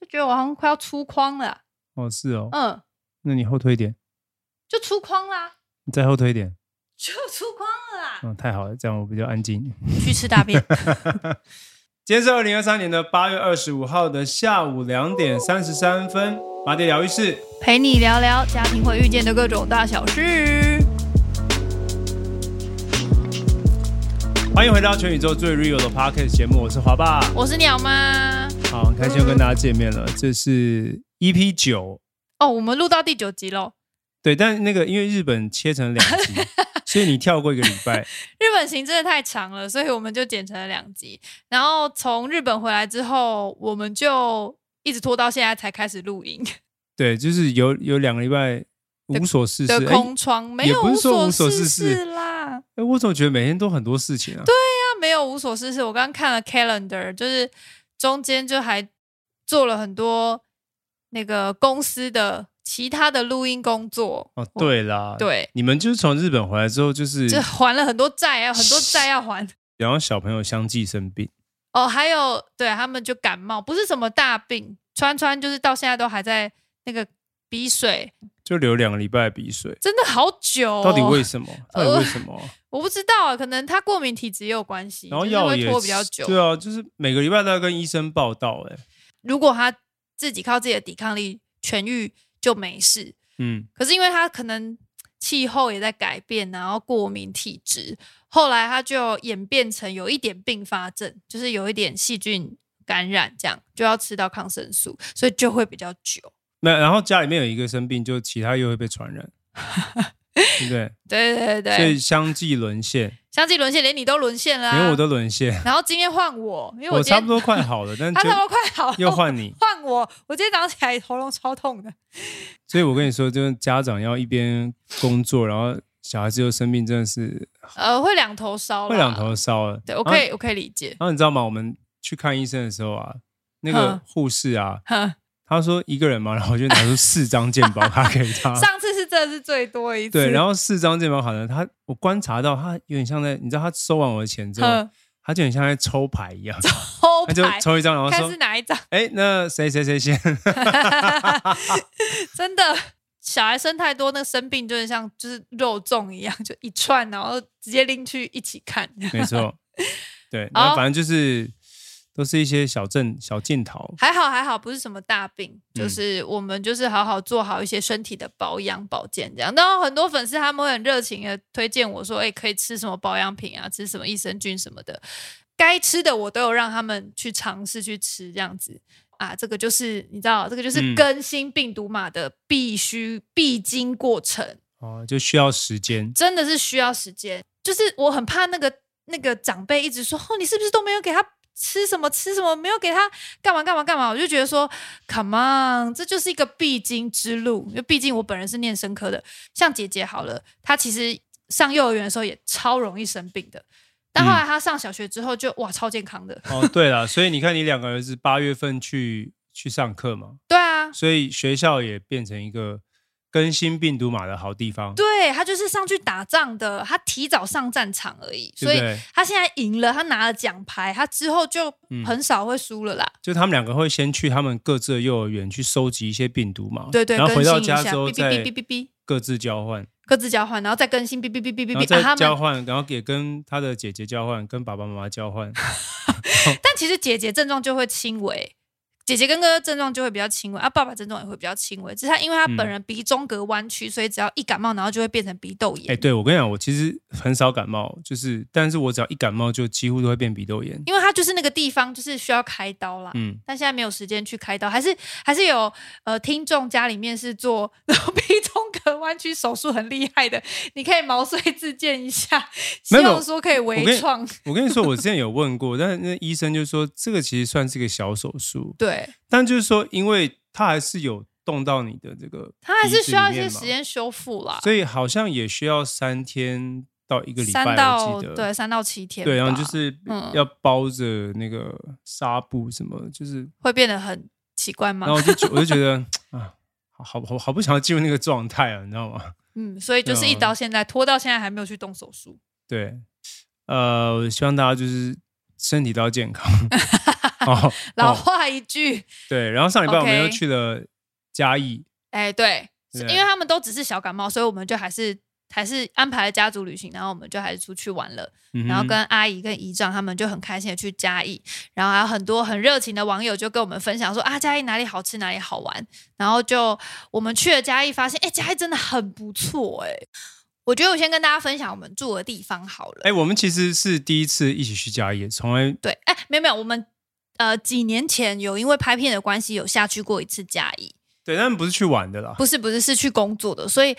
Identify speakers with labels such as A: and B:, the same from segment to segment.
A: 就觉得我好像快要出框了，
B: 哦，是哦，
A: 嗯，
B: 那你后退一点，
A: 就出框啦，
B: 你再后退一点，
A: 就出框了啊啦。
B: 嗯，太好了，这样我比较安静。
A: 去吃大便，
B: 今天是二零二三年的八月二十五号的下午两点三十三分，马蒂疗愈室，
A: 陪你聊聊家庭会遇见的各种大小事。
B: 欢迎回到全宇宙最 real 的 podcast 节目，我是华爸，
A: 我是鸟妈。
B: 好，很开心又跟大家见面了，这是 EP 九，
A: 哦，我们录到第九集喽。
B: 对，但那个因为日本切成两集，所以你跳过一个礼拜，
A: 日本行真的太长了，所以我们就剪成了两集。然后从日本回来之后，我们就一直拖到现在才开始录音
B: 对，就是有有两个礼拜无所事事，
A: 的
B: 哎
A: 空窗，没
B: 也
A: 有
B: 不是说无所
A: 事
B: 事事
A: 啦。
B: 哎，我总觉得每天都很多事情啊，
A: 那没有无所事事，我刚刚看了 calendar，就是中间就还做了很多那个公司的其他的录音工作。
B: 哦，对啦，，
A: 对，
B: 你们就是从日本回来之后，就是
A: 就还了很多债，还有很多债要 还。
B: 然后小朋友相继生病，
A: 哦，还有对他们就感冒，不是什么大病，川川就是到现在都还在那个鼻水，
B: 就流两个礼拜的鼻水，
A: 真的好久、哦。
B: 到底 为什么？到
A: 呃
B: 底为什么？
A: 我不知道啊，可能他过敏体质也有关系，
B: 然后
A: 就是
B: 药
A: 会
B: 也
A: 拖比较久。
B: 对啊，就是每个礼拜都要跟医生报道，哎，
A: 如果他自己靠自己的抵抗力痊愈就没事，
B: 嗯，
A: 可是因为他可能气候也在改变，然后过敏体质，后来他就演变成有一点并发症，就是有一点细菌感染，这样就要吃到抗生素，所以就会比较久。
B: 那然后家里面有一个生病，就其他又会被 传染，对不对？
A: 对对对
B: 所以
A: 对，
B: 相继沦陷，
A: 相继沦陷，连你都沦陷了、
B: 连我都。沦陷，
A: 然后今天换我，啊因为
B: 我
A: 今天
B: 差不多 快好了，但
A: 他
B: 就
A: 差不多快好了，
B: 又换你，
A: 换我，我今天早上起来喉咙超痛 的。
B: 所以我跟你说，就是家长要一边工作，然后小孩子又生病，真的是
A: 呃，会两头烧啦，
B: 会两头烧啊了。
A: 对，我
B: 然后
A: 可以，我可以理解。
B: 然后你知道吗？我们去看医生的时候啊，那个
A: 哼
B: 护士啊，
A: 哼
B: 他说一个人嘛，然后我就拿出四张健保卡给他。
A: 上次是这是最多一次，
B: 啊对，然
A: 后
B: 后四张健保卡呢，他我观察到他有点像在，你知道他收完我的钱之后，他就很像在抽牌一样，
A: 偷
B: 他就
A: 牌，
B: 抽一张，然后
A: 看是
B: 说
A: 哪一张，：“
B: 哎，那谁谁谁先
A: 真的。小孩生太多，那生病就是像就是肉粽一样，就一串，然后直接拎去一起看。？”
B: 没错，对，
A: 好
B: 然后反正就是都是一些小症小镜头。
A: 还好还好，不是什么大病，
B: 嗯
A: 就是我们就是好好做好一些身体的保养保健这样。然后很多粉丝他们会很热情的推荐我说，哎、可以吃什么保养品啊，吃什么益生菌什么的，该吃的我都有让他们去尝试去吃这样子。啊，这个就是你知道，这个就是
B: 嗯
A: 更新病毒码的必须必经过程，
B: 哦，就需要时间。
A: 真的是需要时间。就是我很怕那个那个长辈一直说，哦，你是不是都没有给他吃什么吃什么，没有给他干嘛干嘛干嘛？我就觉得说，Come on，这就是一个必经之路。就毕竟我本人是念生科的，像姐姐好了，她其实上幼儿园的时候也超容易生病的，但后来她上小学之后就哇超健康的。
B: 嗯哦，对了，所以你看，你两个儿子八月份去去上课嘛，
A: 对啊，
B: 所以学校也变成一个更新病毒码的好地方，
A: 对她就是上去打仗的，她提早上战场而已，
B: 对
A: 所
B: 不
A: 以
B: 对？
A: 她现在赢了，她拿了奖牌，她之后就
B: 嗯
A: 很少会输了啦。
B: 就他们两个会先去他们各自的幼儿园去收集一些病毒码，
A: 对对
B: 然后回到
A: 更新一
B: 家
A: 下
B: 之后
A: 哔哔
B: 再
A: 哔哔哔哔
B: 各自交换，
A: 各自交换，然后再更新，哔哔哔哔哔
B: 然后
A: 哔，啊，
B: 再
A: 他
B: 交
A: 们。
B: 换，然后也跟他的姐姐交换，跟爸爸妈妈交换。
A: 但其实姐姐症状就会轻微，姐姐跟哥哥症状就会比较轻微，啊，爸爸症状也会比较轻微。只是他因为他
B: 嗯
A: 本人鼻中隔弯曲，所以只要一感冒，然后就会变成鼻窦炎。
B: 哎，对我跟你讲，我其实很少感冒，就是但是我只要一感冒就几乎都会变鼻窦炎。
A: 因为他就是那个地方就是需要开刀啦。
B: 嗯，
A: 但现在没有时间去开刀，还是还是有呃，听众家里面是做鼻中隔弯曲手术很厉害的，你可以毛遂自荐一下，希
B: 没有没有
A: 望说可以
B: 我跟
A: 微
B: 你
A: 创。
B: 我跟你说，我之前有问过，但是那医生就说这个其实算是个小手术，
A: 对，
B: 但就是说，因为它还是有动到你的这个，
A: 它还是需要一些时，间修复啦，
B: 所以好像也需要三天到一个礼拜，
A: 三到
B: 我记得
A: 对三到七天吧，
B: 对，然后就是
A: 嗯
B: 要包着那个纱布什么，就是，
A: 会变得很奇怪
B: 然
A: 吗
B: 后？我就觉我就觉得啊，好好好好不想要进入那个状态啊，你知道吗？
A: 嗯，所以就是
B: 对啊
A: 一直到现在拖到现在还没有去动手术，
B: 对，呃，我希望大家就是身体都要健康。 哦，
A: 老
B: 哦
A: 话一句，
B: 对，然后上礼拜我们
A: OK
B: 又去了嘉义，
A: 哎，对，是
B: 对
A: 因为他们都只是小感冒，所以我们就还是还是安排了家族旅行，然后我们就还是出去玩了。
B: 嗯
A: 然后
B: 哼
A: 跟阿姨跟姨丈他们就很开心的去嘉义，然后还有很多很热情的网友就跟我们分享说啊嘉义哪里好吃哪里好玩，然后就我们去了嘉义，发现哎嘉义真的很不错哎、我觉得我先跟大家分享我们住的地方好了。
B: 哎、我们其实是第一次一起去嘉义，从来
A: 对，哎没有没有，我们呃几年前有因为拍片的关系有下去过一次嘉义，
B: 对，但不是去玩的啦。
A: 不是不是，是去工作的，所以。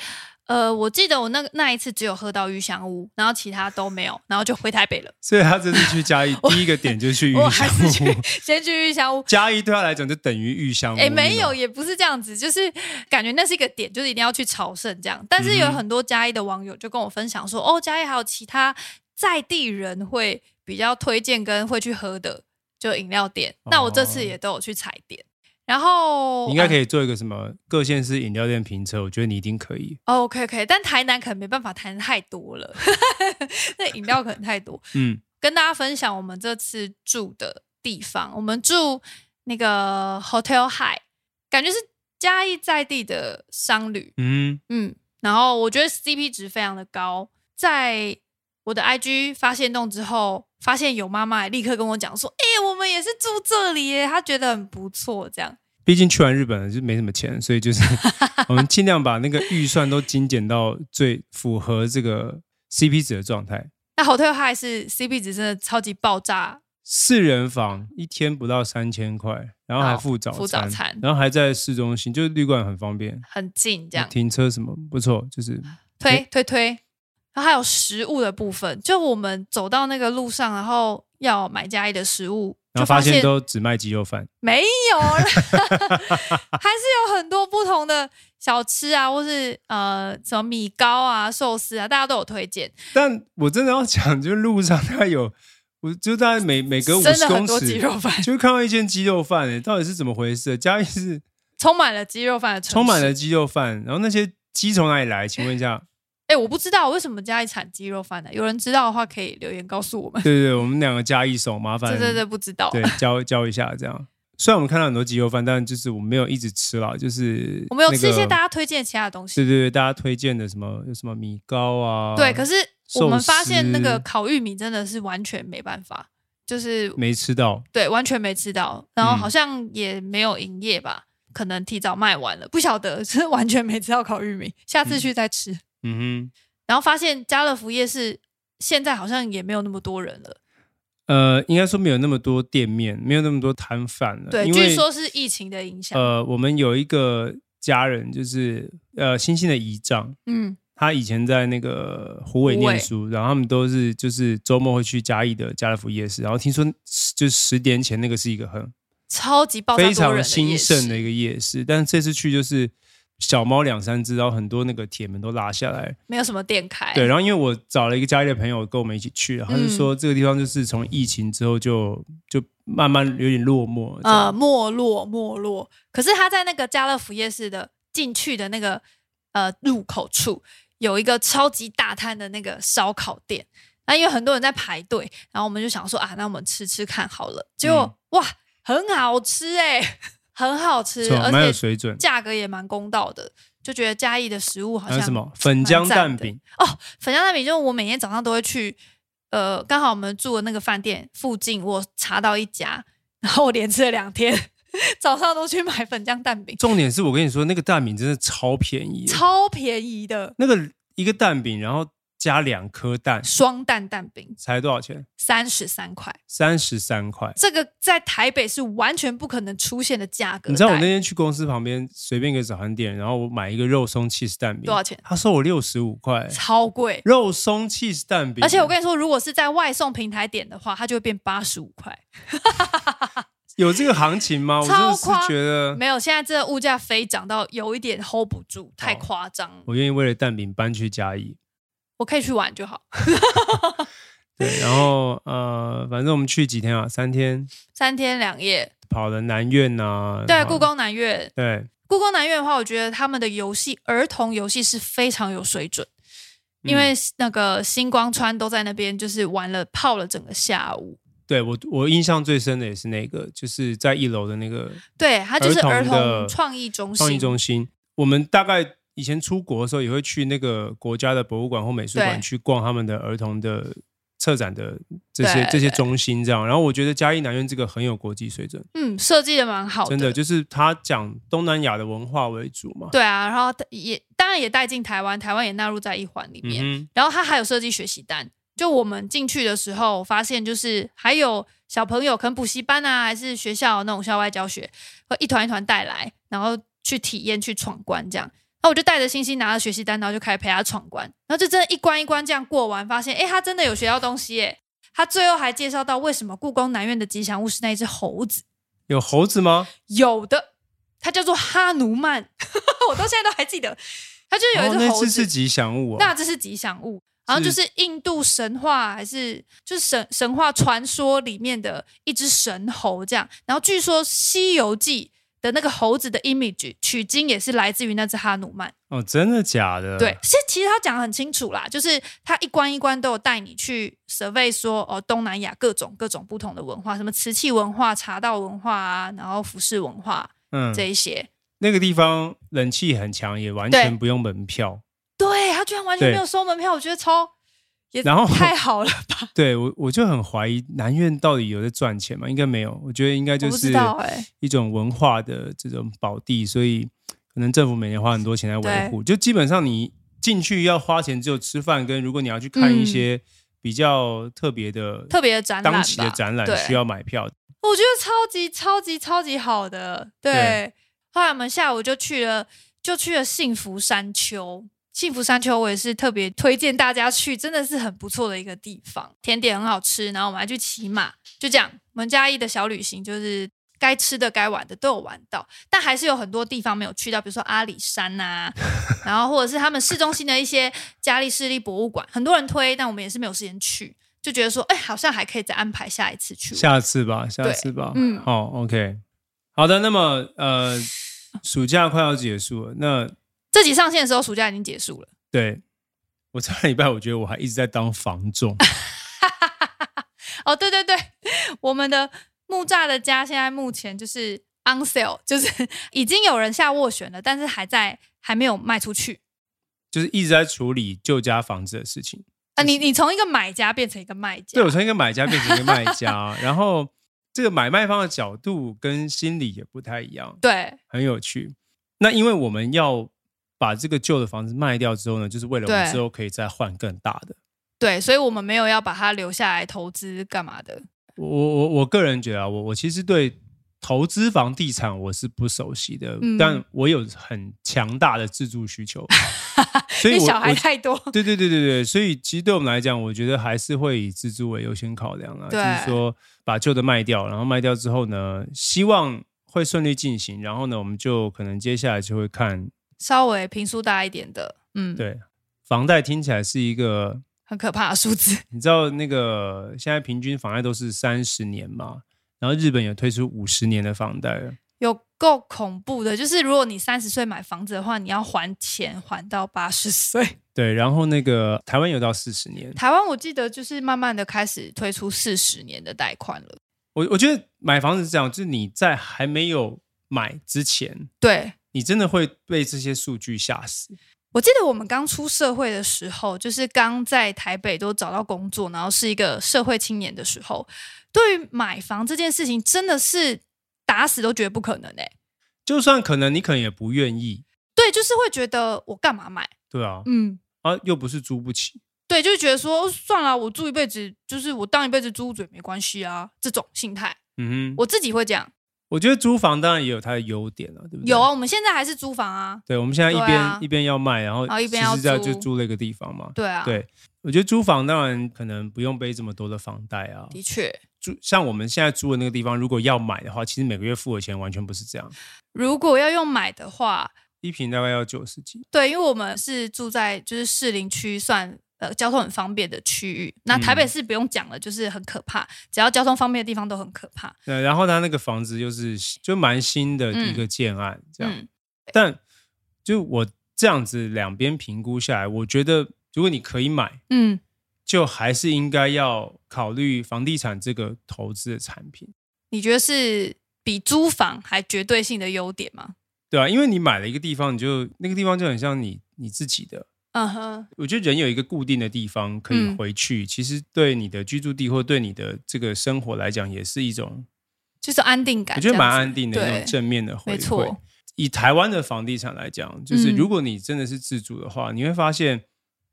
A: 呃，我记得我那那一次只有喝到玉香屋，然后其他都没有，然后就回台 北了。
B: 所以他这次去 嘉义，第一个点就是去玉
A: 我还是
B: 香
A: 去
B: 屋。
A: 先去玉香屋，
B: 嘉义对他来讲就等于玉香屋。
A: 哎、没有，
B: 你知道吗，
A: 也不是这样子，就是感觉那是一个点，就是一定要去朝圣这样。但是有
B: 嗯哼
A: 很多嘉义的网友就跟我分享说，哦，嘉义还有其他在地人会比较推荐跟会去喝的，就饮料店。那我这次也都有去踩点，然后
B: 哦你应该可
A: 以、
B: 以做一个什么各县市饮料店评测，我觉得你一定可以。
A: 哦、，OK OK，但台南可能没办法谈太多了， 那饮料可能太多。
B: 嗯，
A: 跟大家分享我们这次住的地方，我们住那个 Hotel High，感觉是嘉义在地的商旅。
B: 嗯，
A: 嗯，然后我觉得 CP 值非常的高，在我的 IG 发现洞之后，发现有妈妈也立刻跟我讲说：“哎、我们也是住这里耶，她觉得很不错。”这样
B: 毕竟去完日本就没什么钱，所 以就是我们尽量把那个预算都精简到最符合这个 CP 值的状态。
A: 那 Hotel High 是 CP 值真的超级爆炸，
B: 四人房一天不到三千块，然后还
A: 好
B: 附早餐，
A: 附早餐
B: 然后还在市中心，就是旅馆很方便。
A: 很近这样
B: 停车什么不错，就是
A: 推推推。然后还有食物的部分，就我们走到那个路上，然后要买嘉义的食物，
B: 然后
A: 就
B: 发
A: 发
B: 现
A: 现
B: 都只卖鸡肉饭，
A: 没有啦， 还是有很多不同的小吃啊，或是呃什么米糕啊、寿司啊，大家都有推荐，
B: 但我真的要讲，就是路上大概有，我就大 概每每隔五
A: 真
B: 十
A: 的很
B: 公
A: 多鸡
B: 尺，
A: 肉 饭，
B: 就看到一间鸡肉饭、欸，到底是怎么回事？嘉义是
A: 充满了鸡肉饭的城市
B: 充满了。鸡肉饭，然后那些鸡从哪里来？请问 一下，
A: 哎、我不知道为什么家里产鸡肉饭呢、有人知道的话可以留言告诉我们。
B: 对对对，我们两个加一手，麻
A: 对
B: 烦
A: 对对，不知道。
B: 对教教一下这样。虽然我们看到很多鸡肉饭，但就是我们没有一直吃啦，就是
A: 我们有吃一
B: 那
A: 些
B: 个
A: 大家推荐其他的东西，
B: 对对对大家推荐的什么有什么米糕啊，
A: 对。可是我们
B: 寿司
A: 发现那个烤玉米真的是完全没办法，就是
B: 没吃到，
A: 对完全没吃到，然后
B: 嗯
A: 好像也没有营业吧，可能提早卖完了，不晓得， 是完全没吃到烤玉米，下次去再吃。
B: 嗯哼。
A: 然后发现家乐福夜市现在好像也没有那么多人了，
B: 呃，应该说没有那么多店面，没有那么多摊贩了。
A: 对，
B: 嗯因为
A: 据说是疫情的影响，
B: 呃，我们有一个家人，就是呃，星星的姨丈，
A: 嗯。
B: 他以前在那个湖尾
A: 虎尾
B: 念书，然后他们都是就是周末会去嘉义的家乐福夜市，然后听说就十年前那个是一个很
A: 超级爆炸
B: 非
A: 多人
B: 常
A: 的
B: 兴盛的
A: 夜市
B: 一个夜市，但这次去就是小猫两三只，然后很多那个铁门都拉下来，
A: 没有什么店开。
B: 对，然后因为我找了一个嘉义的朋友跟我们一起去，然后他就
A: 嗯
B: 说这个地方就是从疫情之后就就慢慢有点落寞，
A: 呃，
B: 啊，
A: 没落没落。可是他在那个家乐福夜市的进去的那个呃入口处，有一个超级大摊的那个烧烤店。那因为很多人在排队，然后我们就想说啊，那我们吃吃看好了。结果、
B: 嗯
A: 哇，很好吃哎、 很好吃，
B: 错蛮有
A: 而且
B: 水准。
A: 价格也蛮公道的。就觉得嘉义的食物好
B: 还有
A: 像
B: 什么粉浆蛋饼？
A: 哦，粉浆蛋饼就是我每天早上都会去，呃，刚好我们住的那个饭店附近，我查到一家，然后我连吃了两天，早上都去买粉浆蛋饼，
B: 重点是我跟你说，那个蛋饼真的超便宜耶，
A: 超便宜的
B: 那个一个蛋饼，然后加两颗蛋，
A: 双蛋蛋饼，
B: 才多少钱？
A: 三十三块，
B: 三十三块。
A: 这个在台北是完全不可能出现的价格带。
B: 你知道我那天去公司旁边随便一个早餐店，然后我买一个肉松 cheese 蛋饼，
A: 多少钱
B: 他收我六十五块，
A: 超贵，
B: 肉松 cheese 蛋饼。啊
A: 而且我跟你说，如果是在外送平台点的话，它就会变八十五块。
B: 有这个行情吗？我真的
A: 超
B: 是
A: 夸
B: 觉得，
A: 没有，现在这物价飞涨到有一点 hold 不住，太
B: 好
A: 夸张。
B: 我愿意为了蛋饼搬去嘉义。
A: 我可以去玩就好，
B: 对，然后呃，反正我们去几天啊，三天，
A: 三天两夜。
B: 跑了南苑呐、啊，
A: 对，
B: 然后
A: 故，宫南院，
B: 对，
A: 故宫南院的话，我觉得他们的游戏，儿童游戏是非常有水准，因
B: 嗯
A: 为那个星光川都在那边，就是玩了泡了整个下午。
B: 对我我印象最深的也是那个，就是在一楼的那个
A: 对，它就是儿
B: 的
A: 童创意中心。
B: 创意中心。我们大概以前出国的时候，也会去那个国家的博物馆或美术馆
A: 对
B: 去逛他们的儿童的策展的这些
A: 对
B: 这些
A: 对
B: 中心，这样。然后我觉得嘉义南院这个很有国际水准，
A: 嗯，设计的蛮好
B: 真的就是他讲东南亚的文化为主嘛。
A: 对啊，然后也当然也带进台湾，台湾也纳入在一环里面。
B: 嗯
A: 然后它还有设计学习单。就我们进去的时候，发现就是还有小朋友，可能补习班啊，还是学校那种校外教学，会一团一团带来，然后去体验、去闯关这样。那我就带着星星拿着学习单，然后就开始陪他闯关，然后就真的一关一关这样过完，发现诶，他真的有学到东西耶！他最后还介绍到为什么故宫南院的吉祥物是那一只猴子，
B: 哼，有猴子吗？
A: 有的，它叫做哈努曼， 我到现在都还记得，它就是有一
B: 哦
A: 只
B: 那
A: 猴
B: 次
A: 子，
B: 是吉祥物哦。
A: 那这是吉祥物，然后就是印度神话还是就是神神话传说里面的一只神猴这样。然后据说《西游记》的那个猴子的 image 取经也是来自于那只哈努曼。
B: 哦，真的假的？
A: 对，其实其实他讲的很清楚啦，就是他一关一关都有带你去 survey 说哦，东南亚各种各种不同的文化，什么瓷器文化、茶道文化啊，然后服饰文化、啊
B: 嗯，
A: 这一些。
B: 那个地方冷气很强，也完全不用门票。
A: 对他居然完全
B: 对
A: 没有收门票，我觉得超也
B: 然后
A: 太好了吧？
B: 对我，我就很怀疑南院到底有在赚钱吗？应该没有，我觉得应该 就
A: 我不知
B: 是
A: 道哎
B: 一种文化的这种宝地，所以可能政府每年花很多钱来维护。就基本上你进去要花钱，只有吃饭跟如果你要去看一些比较特别的、
A: 嗯特别的展览吧，
B: 当期的展览
A: 对，
B: 需要买票。
A: 我觉得超级超级超级好的。对，
B: 对
A: 后来我们下午就去了，就去了幸福山丘。幸福山丘我也是特别推荐大家去，真的是很不错的一个地方，甜点很好吃，然后我们还去骑马，就这样。我们嘉义的小旅行就是该吃的、该玩的都有玩到，但还是有很多地方没有去到，比如说阿里山呐、然后或者是他们市中心的一些嘉义市立博物馆，很多人推，但我们也是没有时间去，就觉得说，哎，好像还可以再安排下一次去玩。
B: 下次吧，下次吧。
A: 嗯
B: 好、o k 好的。那么呃，暑假快要结束了，那
A: 这集上线的时候，暑假已经结束了。
B: 对我上礼拜我觉得我还一直在当房仲。
A: 哦，对对对， 我们的木栅的家现在目前就是 on sale，就是 已经有人下斡旋了，但是还在还没有卖出去。
B: 就是一直在处理旧家房子的事情。
A: 啊，你你从一个买家变成一个卖家，
B: 对我从一个买家变成一个卖家，啊然后这个买卖方的角度跟心理也不太一样，
A: 对
B: 很有趣。那因为我们要把这个旧的房子卖掉之后呢，就是为了我们
A: 对
B: 之后可以再换更大的。
A: 对，所以我们没有要把它留下来投资干嘛的。
B: 我我我个人觉得啊，我我其实对投资房地产我是不熟悉的，
A: 嗯
B: 但我有很强大的自住需 求，所
A: 因
B: 以
A: 为
B: 我
A: 小孩
B: 我
A: 太多，
B: 对对对对对，所以其实对我们来讲，我觉得还是会以自住为优先考量啊，就
A: 对
B: 是说把旧的卖掉，然后卖掉之后呢，希望会顺利进行，然后呢，我们就可能接下来就会看，
A: 稍微平数大一点的，嗯，，
B: 对，房贷听起来是一个，
A: 很可怕的数字。
B: 你知道那个现在平均房贷都是三十年嘛，然后日本有推出五十年的房贷了，
A: 有够恐怖的，就是如果你三十岁买房子的话，你要还钱还到八十岁。
B: 对，然后那个台湾有到四十年，
A: 台湾我记得就是慢慢的开始推出四十年的贷款了。
B: 我我觉得买房子是这样，就是你在还没有买之前，
A: 对，
B: 你真的会被这些数据吓死。
A: 我记得我们刚出社会的时候，就是刚在台北都找到工作，然后是一个社会青年的时候，对于买房这件事情，真的是打死都觉得不可能哎、
B: 就算可能你可能也不愿意，
A: 对，就是会觉得我干嘛买？
B: 对啊，
A: 嗯，
B: 啊又不是租不起，
A: 对，就觉得说哦算了，我住一辈子，就是我当一辈子租屋主也没关系啊，这种心态，
B: 嗯哼，
A: 我自己会这样。
B: 我觉得租房当然也有它的优点了、对不对？
A: 有啊，，我们现在还是租房啊，
B: 对，我们现在一边、
A: 对啊
B: 一边要卖，然后
A: 然后一边
B: 其
A: 要
B: 实在
A: 租
B: 就租了一个地方嘛，
A: 对啊，
B: 对我觉得租房当然可能不用背这么多的房贷啊，
A: 的确，
B: 租像我们现在租的那个地方，如果要买的话，其实每个月付的钱完全不是这样，
A: 如果要用买的话，
B: 一平大概要九十几。
A: 对，因为我们是住在就是士林区算。呃，交通很方便的区域，那台
B: 嗯
A: 北市不用讲了，就是很可怕。只要交通方便的地方都很可怕。
B: 对，然后他那个房子就是就蛮新的一个建案，这样。
A: 嗯，
B: 但就我这样子两边评估下来，我觉得如果你可以买，
A: 嗯，
B: 就还是应该要考虑房地产这个投资的产品，
A: 你觉得是比租房还绝对性的优点吗？
B: 对啊，因为你买了一个地方，你就那个地方就很像你你自己的。
A: 嗯哼，
B: 我觉得人有一个固定的地方可以
A: 嗯
B: 回去，其实对你的居住地或对你的这个生活来讲，也是一种
A: 就是安定感
B: 我
A: 这
B: 觉
A: 样
B: 得
A: 子，
B: 蛮安定的一
A: 对
B: 种正面的回
A: 没
B: 馈
A: 错。
B: 以台湾的房地产来讲，就是
A: 嗯
B: 如果你真的是自住的话，你会发现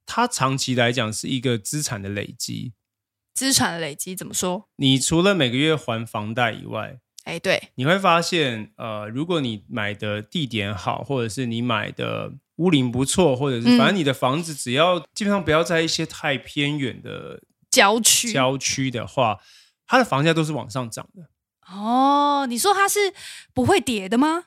B: 它长期来讲是一个资产的累积。
A: 资产的累积怎么说？
B: 你除了每个月还房贷以外，
A: 哎，对，
B: 你会发现，呃，如果你买的地点好，或者是你买的屋龄不错，或者是
A: 嗯
B: 反正你的房子只要基本上不要在一些太偏远的
A: 郊区
B: 郊区的话，它的房价都是往上涨的。
A: 哦，你说它是不会跌的吗？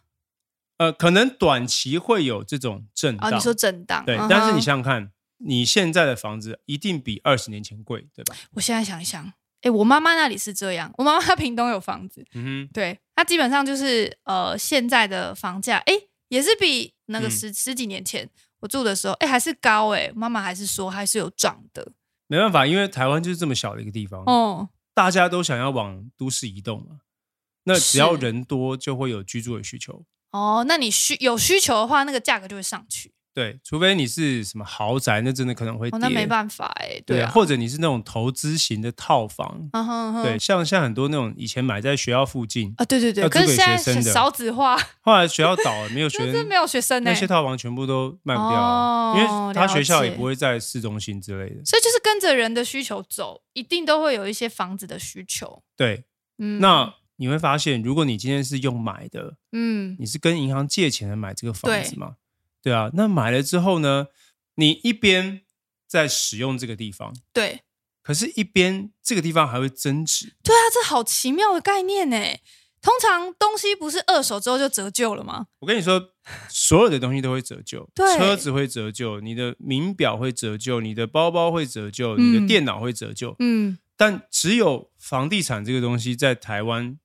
B: 呃，可能短期会有这种震
A: 哦，
B: 荡，
A: 你说震荡，
B: 对，
A: 嗯
B: 但是你
A: 哼
B: 想想看，你现在的房子一定比二十年前贵，对吧？
A: 我现在想一想，哎，我妈妈那里是这样，我妈妈她屏东有房子，
B: 嗯
A: 对，它基本上就是呃现在的房价，哎，也是比那个
B: 嗯
A: 十、十几年前我住的时候，哎还是高哎，妈妈还是说还是有涨的，
B: 哼，没办法，因为台湾就是这么小的一个地方，
A: 哦，
B: 大家都想要往都市移动嘛。那只要
A: 是
B: 人多，就会有居住的需求。
A: 哦，那你需有需求的话，那个价格就会上去，
B: 对，除非你是什么豪宅，那真的可能会跌。
A: 哦，那没办法哎，
B: 对
A: 啊，
B: 或者你是那种投资型的套房，
A: 嗯哼哼，
B: 对，像像很多那种以前买在学校附近，
A: 啊，对对对，
B: 要
A: 可是
B: 租给
A: 现在
B: 学生的
A: 少子化，
B: 后来学校倒了，没有学
A: 真的
B: 生
A: 没，有学生呢、
B: 那些套房全部都卖不掉
A: 哦
B: 啊，因为他
A: 了
B: 学校也
A: 解
B: 不会在市中心之类的。
A: 所以就是跟着人的需求走，一定都会有一些房子的需求。
B: 对，
A: 嗯，
B: 那你会发现，如果你今天是用买的，
A: 嗯，
B: 你是跟银行借钱来买这个房子嘛？对啊，那买了之后呢，你一边在使用这个地方，
A: 对
B: 可是一边这个地方还会增值。
A: 对啊，这好奇妙的概念呢。通常东西不是二手之后就折旧了吗？
B: 我跟你说，所有的东西都会折旧，
A: 对
B: 车子会折旧，你的名表会折旧，你的包包会折旧，
A: 嗯
B: 你的电脑会折旧。
A: 嗯，
B: 但只有房地产这个东西在台湾，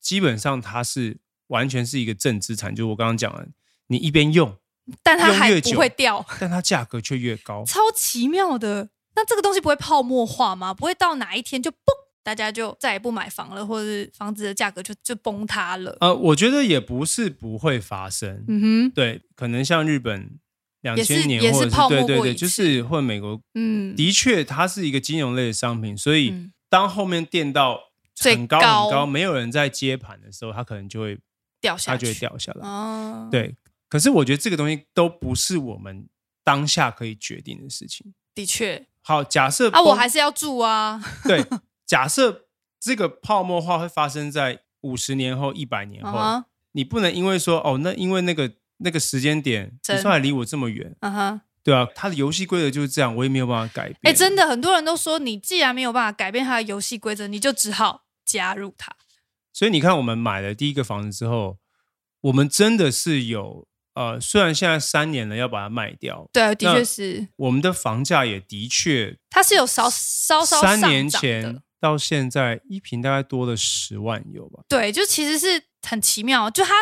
B: 基本上它是完全是一个正资产，就是我刚刚讲的，你一边用，
A: 但它
B: 用
A: 还
B: 越
A: 不
B: 久
A: 会掉，
B: 但它价格却越高。
A: 超奇妙的。那这个东西不会泡沫化吗？不会到哪一天就嘣，大家就再也不买房了，或者是房子的价格就就崩塌了？
B: 呃，我觉得也不是不会发生，
A: 嗯哼，
B: 对，可能像日本两
A: 也是
B: 千年
A: 也是
B: 或者
A: 泡沫
B: 对对
A: 过
B: 对，
A: 一
B: 就
A: 次
B: 是或者美国，
A: 嗯，
B: 的确它是一个金融类的商品，所以
A: 嗯
B: 当后面垫到
A: 最
B: 很高
A: 高
B: 很高，没有人在接盘的时候，它可能就会
A: 掉下
B: 它就会
A: 去。
B: 掉下来。
A: 哦，
B: 对，可是我觉得这个东西都不是我们当下可以决定的事情。
A: 的确
B: 好，假设
A: 啊，我
B: 崩
A: 还是要住啊。
B: 对，假设这个泡沫化会发生在五十年后、一百年
A: 嗯
B: 后
A: 哼，
B: 你不能因为说哦，那因为那个那个时间点，
A: 真
B: 你说还离我这么远，
A: 嗯哼，
B: 对啊，它的游戏规则就是这样，我也没有办法改变。
A: 哎、真，的很多人都说，你既然没有办法改变它的游戏规则，你就只好加入它。
B: 所以你看，我们买了第一个房子之后，我们真的是有呃，虽然现在三年了要把它卖掉，
A: 对，啊的
B: 那
A: 确是，
B: 我们的房价也的确
A: 它是有稍稍稍
B: 三
A: 上
B: 年
A: 涨
B: 前
A: 的。
B: 到现在一平大概多了十万有吧？
A: 对，就其实是很奇妙，就它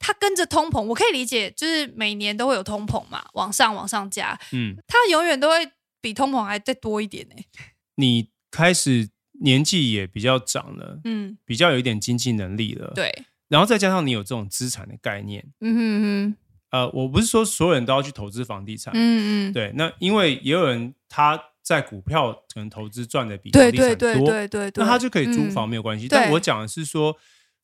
A: 它跟着通膨，我可以理解，就是每年都会有通膨嘛，往上往上加，
B: 嗯，
A: 它永远都会比通膨还再多一点呢、欸
B: 你开始年纪也比较长了，
A: 嗯，
B: 比较有一点经济能力了，，
A: 对，
B: 然后再加上你有这种资产的概念，
A: 嗯哼
B: 呃，我不是说所有人都要去投资房地产，
A: 哼，嗯嗯，
B: 对，那因为也有人他在股票可能投资赚的比
A: 对
B: 房地产
A: 对
B: 多，
A: 对对对对，
B: 那他就可以租
A: 嗯
B: 房、没有关系。
A: 对
B: 但我讲的是说，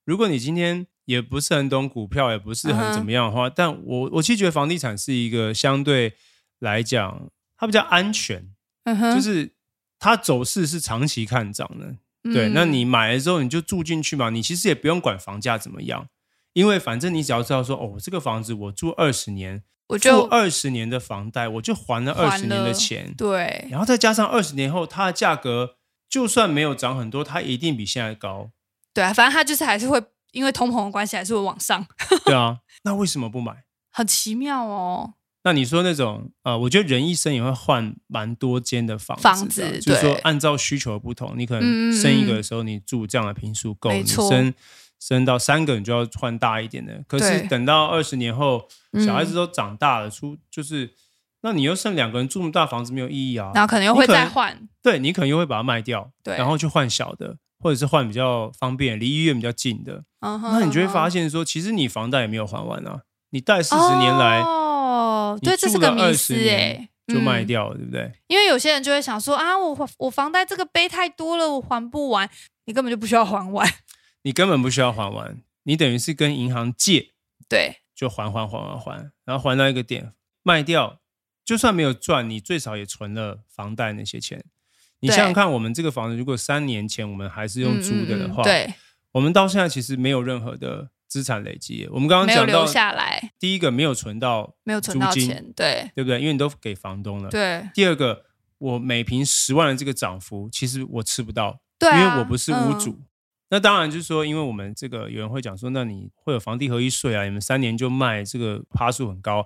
B: 如果你今天也不是很懂股票，也不
A: 嗯
B: 是很怎么样的话，但我我其实觉得房地产是一个相对来讲，它比较安全，
A: 嗯哼，
B: 就是它走势是长期看涨的。对，
A: 嗯
B: 那你买了之后你就住进去嘛，你其实也不用管房价怎么样，因为反正你只要知道说，哦，这个房子我住二十年，
A: 我
B: 付
A: 就
B: 二十年的房贷，我就还了二
A: 还
B: 十年的
A: 了
B: 钱。
A: 对，
B: 然后再加上二十年后它的价格就算没有涨很多，它一定比现在高。
A: 对啊，反正它就是还是会因为通膨的关系还是会往上，
B: 对 啊，那为什么不买？
A: 很奇妙哦。
B: 那你说那种呃，我觉得人一生也会换蛮多间的房子的，
A: 房子
B: 就是说
A: 对
B: 按照需求的不同，你可
A: 嗯嗯
B: 能生一个的时候你住这样的平数够，
A: 没
B: 你
A: 错
B: 生生到三个你就要换大一点的。可
A: 对
B: 是等到二十年后，小孩
A: 嗯
B: 子都长大了，出就是那你又剩两个人住那么大房子没有意义啊。
A: 然后可能又
B: 你
A: 会
B: 可
A: 再
B: 能
A: 换，
B: 对你可能又会把它卖掉，
A: 对
B: 然后去换小的，或者是换比较方便、离医院比较近的。
A: 嗯哼，
B: 那你就会发
A: 现，
B: 现说，其实你房贷也没有还完啊，你贷四十年来，
A: 哦，
B: 你
A: 对，这是
B: 住
A: 个
B: 了
A: 迷
B: 20
A: 思
B: 年
A: 哎，
B: 就卖
A: 嗯
B: 掉了，对不对？
A: 因为有些人就会想说啊，我还我房贷这个背太多了，我还不完，你根本就不需要还完。
B: 你根本不需要还完，你等于是跟银行借，
A: 对，
B: 就还还还还还，然后还到一个点卖掉，就算没有赚，你最少也存了房贷那些钱。你
A: 对嗯
B: 想想看，我们这个房子如果三年前我们还是 用租的的话，
A: 对，
B: 我们到现在其实没有任何的资产累积。我们刚
A: 没
B: 刚
A: 有
B: 讲到
A: 留下来，
B: 第一个没有存到，
A: 没有存到
B: 租金呃
A: 钱，对
B: 对不对？因为你都给房东了。
A: 对
B: 第二个，我每平十万的这个涨幅，其实我吃不到，
A: 对啊，
B: 因为我不是屋
A: 嗯
B: 主。那当然就是说，因为我们这个有人会讲说，那你会有房地合一税啊，你们三年就卖，这个趴数很高。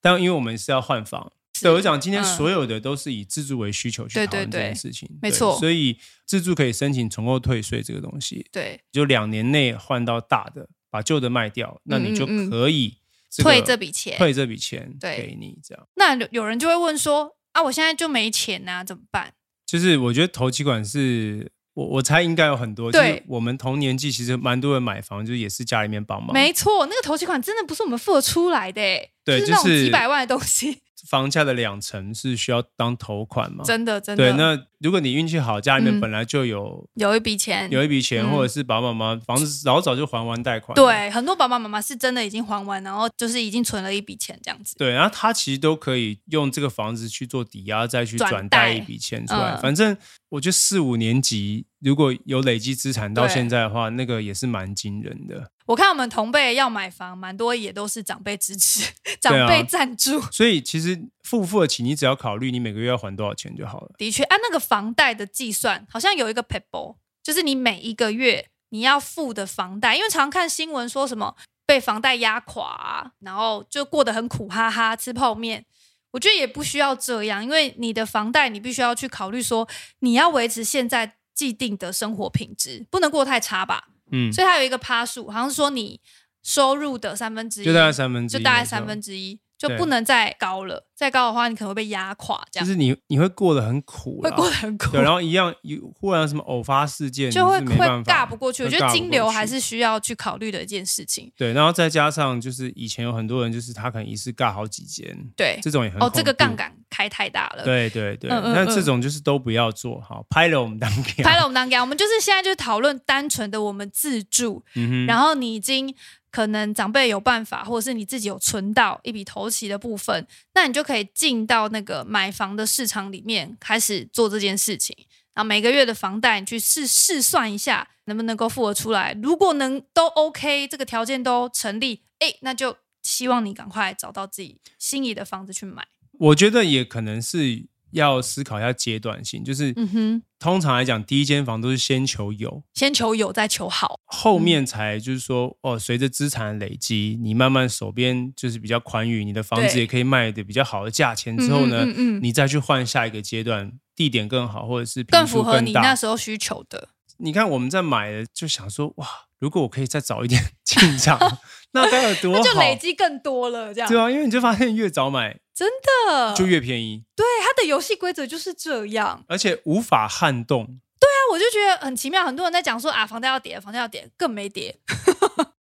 B: 但因为我们是要换房，对我讲，今天
A: 嗯
B: 所有的都是以自住为需求去
A: 对
B: 讨论这
A: 对对
B: 件事情，
A: 没
B: 对
A: 错
B: 所以自住可以申请重购退税这个东西，
A: 对
B: 就两年内换到大的，把旧的卖掉，那你就
A: 嗯嗯嗯
B: 可以、这个
A: 退这笔钱。
B: 退这笔钱
A: 对
B: 给你这样。
A: 那有有人就会问说啊，我现在就没钱呐、怎么办？
B: 就是我觉得投期款是我我猜应该有很多，就
A: 对
B: 是我们同年纪其实蛮多人买房，就是也是家里面帮忙，
A: 没错，那个头期款真的不是我们付得出来的欸，
B: 对
A: 是那种
B: 就是
A: 几百万的东 西，
B: 房价的两成是需要当头款嘛？
A: 真的真的。
B: 哦对，那如果你运气好，家
A: 嗯
B: 里面本来就有、
A: 有一笔钱，
B: 有一笔钱，
A: 嗯
B: 或者是爸爸妈妈房子老早就还完贷款，
A: 对很多爸爸妈妈是真的已经还完，然后就是已经存了一笔钱这样子。
B: 对，然后他其实都可以用这个房子去做抵押，再去
A: 转
B: 转
A: 贷
B: 贷一笔钱出来。
A: 嗯
B: 反正我觉得四五年级如果有累积资产到
A: 对
B: 现在的话，那个也是蛮惊人的。
A: 我看我们同辈要买房，蛮多也都是长辈支持、长
B: 对啊
A: 辈赞助。
B: 所以其实付不付得起，你只要考虑你每个月要还多少钱就好了。
A: 的确，按那个房贷的计算，好像有一个 payable，就是你每一个月你要付的房贷，因为常看新闻说什么被房贷压垮啊、然后就过得很苦哈哈，吃泡面。我觉得也不需要这样，因为你的房贷你必须要去考虑说，你要维持现在既定的生活品质，不能过太差吧。
B: 嗯，
A: 所以它有一个趴数，好像是说你收入的三分之一，
B: 就大概三分之
A: 就
B: 一，
A: 大概三分。之一，就
B: 对
A: 不能再高了，再高的话你可能会被压垮，这
B: 就
A: 样
B: 是你你会过得很苦啦，
A: 会过得很苦
B: 对，，然后一样有忽然什么偶发事件，
A: 就会
B: 你是没
A: 会
B: 办法
A: 尬不过去。我
B: 会
A: 觉得
B: 尬不
A: 金流
B: 过去
A: 还是需要去考虑的一件事情。
B: 对，然后再加上就是以前有很多人就是他可能一次尬好几间，
A: 对，
B: 这种也很
A: 哦，这个
B: 恐怖
A: 杠，杆开太大了。
B: 对对对，
A: 嗯嗯
B: 那
A: 嗯
B: 这种就是都不要做好，拍了我们当啊给
A: 拍了，我们当家，我们就是现在就是讨论单纯的我们自助，
B: 嗯哼，
A: 然
B: 后
A: 后你已经可能长辈有办法，或者是你自己有存到一笔头期的部分，那你就可以进到那个买房的市场里面开始做这件事情。然后每个月的房贷，你去试试算一下能不能够付得出来。如果能都 OK，这个条件都成立，哎，那就希望你赶快找到自己心仪的房子去买。
B: 我觉得也可能是要思考一下阶段性，就是
A: 嗯哼，
B: 通常来讲，第一间房都是先求有，
A: 先求有，再求好。
B: 后面才就是说，哦，随着资产累积，你慢慢手边就是比较宽裕，你的房子
A: 对
B: 也可以卖的比较好的价钱之后呢，
A: 嗯嗯嗯嗯
B: 你再去换下一个阶段，地点更好，或者是
A: 更
B: 平数
A: 符合你
B: 大
A: 那时候需求的，
B: 你看我们在买的就想说，哇，如果我可以再早一点 进 场，那该有多
A: 那
B: 好？
A: 就累积更多了。这样
B: 对啊，因为你就发现越早买
A: 真的
B: 就越便宜，
A: 呃它的游戏规则就是这样。
B: 而且无法撼动。
A: 那我就觉得很奇妙，很多人在讲说啊，房价要跌，房价要跌，更没跌，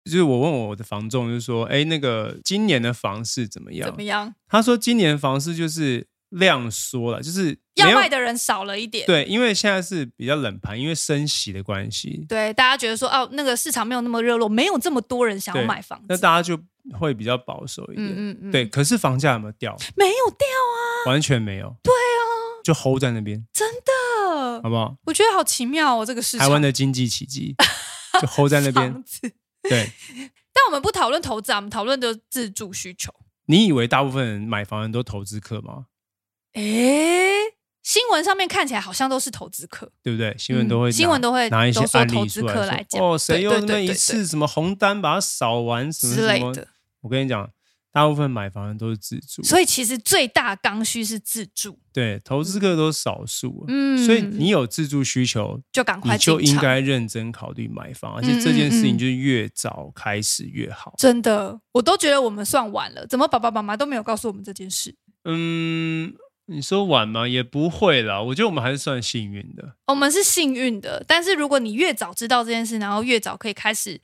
B: 就是我问我的房仲，就是说，哎，那个今年的房市怎么样？
A: 怎么样？
B: 他说今年房市就是量缩了，就是
A: 要
B: 没有
A: 卖的人少了一点，
B: 对，因为现在是比较冷盘，因为升息的关系，
A: 对大家觉得说哦、那个市场没有那么热络，没有这么多人想要
B: 对
A: 买房
B: 那
A: 子，
B: 大家就会比较保守一点。
A: 嗯嗯嗯啊
B: 对，可是房价有没有掉？
A: 没有掉
B: 完全没有。对啊，就 hold 在那边，
A: 啊，
B: 好不好？
A: 我觉得好奇妙哦，这个市场
B: 台湾的经济奇 迹就 hold 在那边
A: 房。子。
B: 对，
A: 但我们不讨论投资啊，我们讨论的自住需求。
B: 你以为大部分人买房人都投资客吗？
A: 诶，新闻上面看起来好像都是投资客，
B: 对不对？新闻都会拿、
A: 嗯新闻都会
B: 拿一些
A: 都说
B: 案
A: 投
B: 例
A: 资
B: 出来
A: 客
B: 说
A: 来讲
B: 哦，谁
A: 对
B: 又
A: 对
B: 那
A: 对
B: 么一
A: 对
B: 次什么红单把它扫完什么
A: 之
B: 什
A: 类
B: 么
A: 的。
B: 我跟你讲，大部分买房人都是自住，
A: 所以其实最大刚需是自住，
B: 对投资客都是少数啊、
A: 嗯，
B: 所以你有自住需求，
A: 就赶快
B: 你就
A: 进
B: 应
A: 场
B: 该认真考虑买房，而
A: 嗯
B: 且
A: 嗯
B: 这件事
A: 嗯
B: 情就是越早开始越好。
A: 真的，我都觉得我们算晚了，怎么爸爸妈妈都没有告诉我们这件事？
B: 嗯，你说晚吗？也不会啦，我觉得我们还是算幸运的。
A: 我们是幸运的，但是如果你越早知道这件事，然后越早可以开始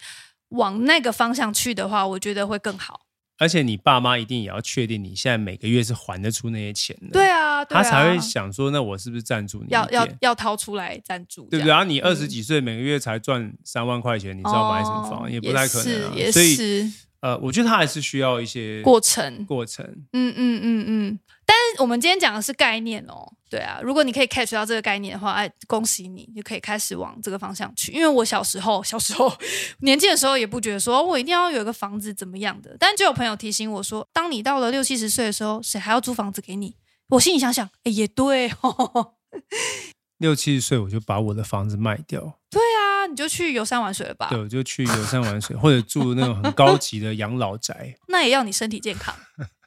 A: 往那个方向去的话，我觉得会更好。
B: 而且你爸妈一定也要确定你现在每个月是还得出那些钱的，
A: 对啊，对啊
B: 他才会想说，那我是不是赞助你一
A: 要要
B: 点
A: 要掏出来赞助，
B: 对
A: 这
B: 不对？
A: 样嗯
B: 啊，你二十几岁每个月才赚三万块钱，你知道买什么
A: 哦
B: 房也不太可能
A: 也
B: 啊。所
A: 是也
B: 以
A: 是
B: 呃，我觉得他还是需要一些
A: 过程。
B: 过程。
A: 嗯嗯嗯嗯，但是我们今天讲的是概念哦，对啊，如果你可以 catch 到这个概念的话，哎，恭喜你，你就可以开始往这个方向去。因为我小时候， 小时候年轻的时候也不觉得说哦我一定要有一个房子怎么样的，但就有朋友提醒我说，当你到了六七十岁的时候，谁还要租房子给你？我心里想想，哎，也对哦，
B: 六七十岁我就把我的房子卖掉，
A: 啊，你就去游山玩水了吧
B: 对，，我就去游山玩水，或者住那种很高级的养老宅。
A: 那也要你身体健 康，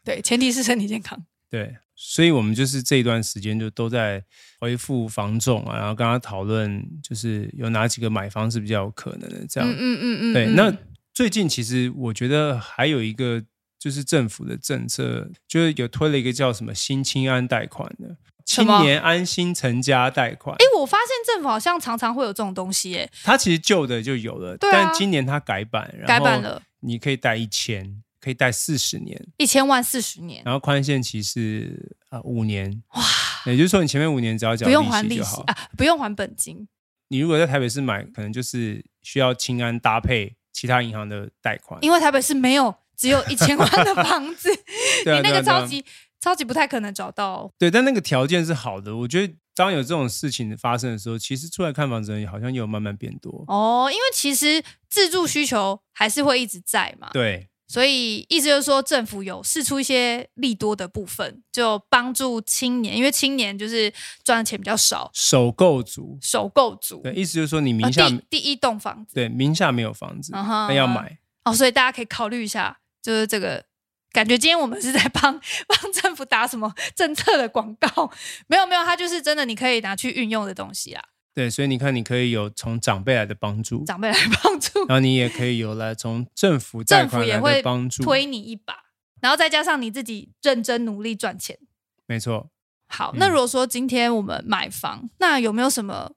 A: 对，前提是身体健康。
B: 对，所以我们就是这一段时间就都在回复房仲啊，然后跟他讨论，就是有哪几个买方是比较有可能的这样。
A: 嗯嗯嗯嗯，
B: 对，
A: 嗯
B: 那最近其实我觉得还有一个就是政府的政策，就是有推了一个叫什么“新青安贷款”的
A: 什
B: 青
A: 么
B: 年安心成家贷款。
A: 哎，我发现政府好像常常会有这种东西，哎，
B: 它其实旧的就有了，
A: 对啊
B: 但今年它改版，然后
A: 改版了，
B: 你可以贷一千，可以贷四十年，
A: 一千万四十年。
B: 然后宽限期是啊五、年。哇！也就是说，你前面五年只要缴
A: 不用还
B: 利
A: 利
B: 就
A: 息
B: 好。
A: 啊，不用还本金。
B: 你如果在台北市买，可能就是需要青安搭配其他银行的贷款。
A: 因为台北市没有只有一千万的房子，
B: 对啊
A: 你那
B: 对
A: 个
B: 啊对啊
A: 超级超级不太可能找到。哦
B: 对，但那个条件是好的。我觉得当有这种事情发生的时候，其实出来看房子的人好像也有慢慢变多。
A: 哦，因为其实自住需求还是会一直在嘛，
B: 对
A: 所以意思就是说，政府有试出一些利多的部分，就帮助青年，因为青年就是赚的钱比较少，
B: 首购族，
A: 首购族，
B: 对，意思就是说你
A: 呃
B: 名下、
A: 第第一栋房子，
B: 对名下没有房子，
A: 嗯哼
B: 那要
A: 嗯哼
B: 买。
A: 哦，所以大家可以考虑一下，就是这个感觉。今天我们是在帮 帮政府打什么政策的广告？没有没有，它就是真的，你可以拿去运用的东西啦。啊
B: 对，所以你看，你可以有从长辈来的帮助，
A: 长辈来帮助，
B: 然后你也可以有来从政府贷
A: 政府
B: 款
A: 也
B: 来
A: 会
B: 的帮助，
A: 推你一把，然后再加上你自己认真努力赚钱。
B: 没错。
A: 好，
B: 嗯
A: 那如果说今天我们买房，那有没有什么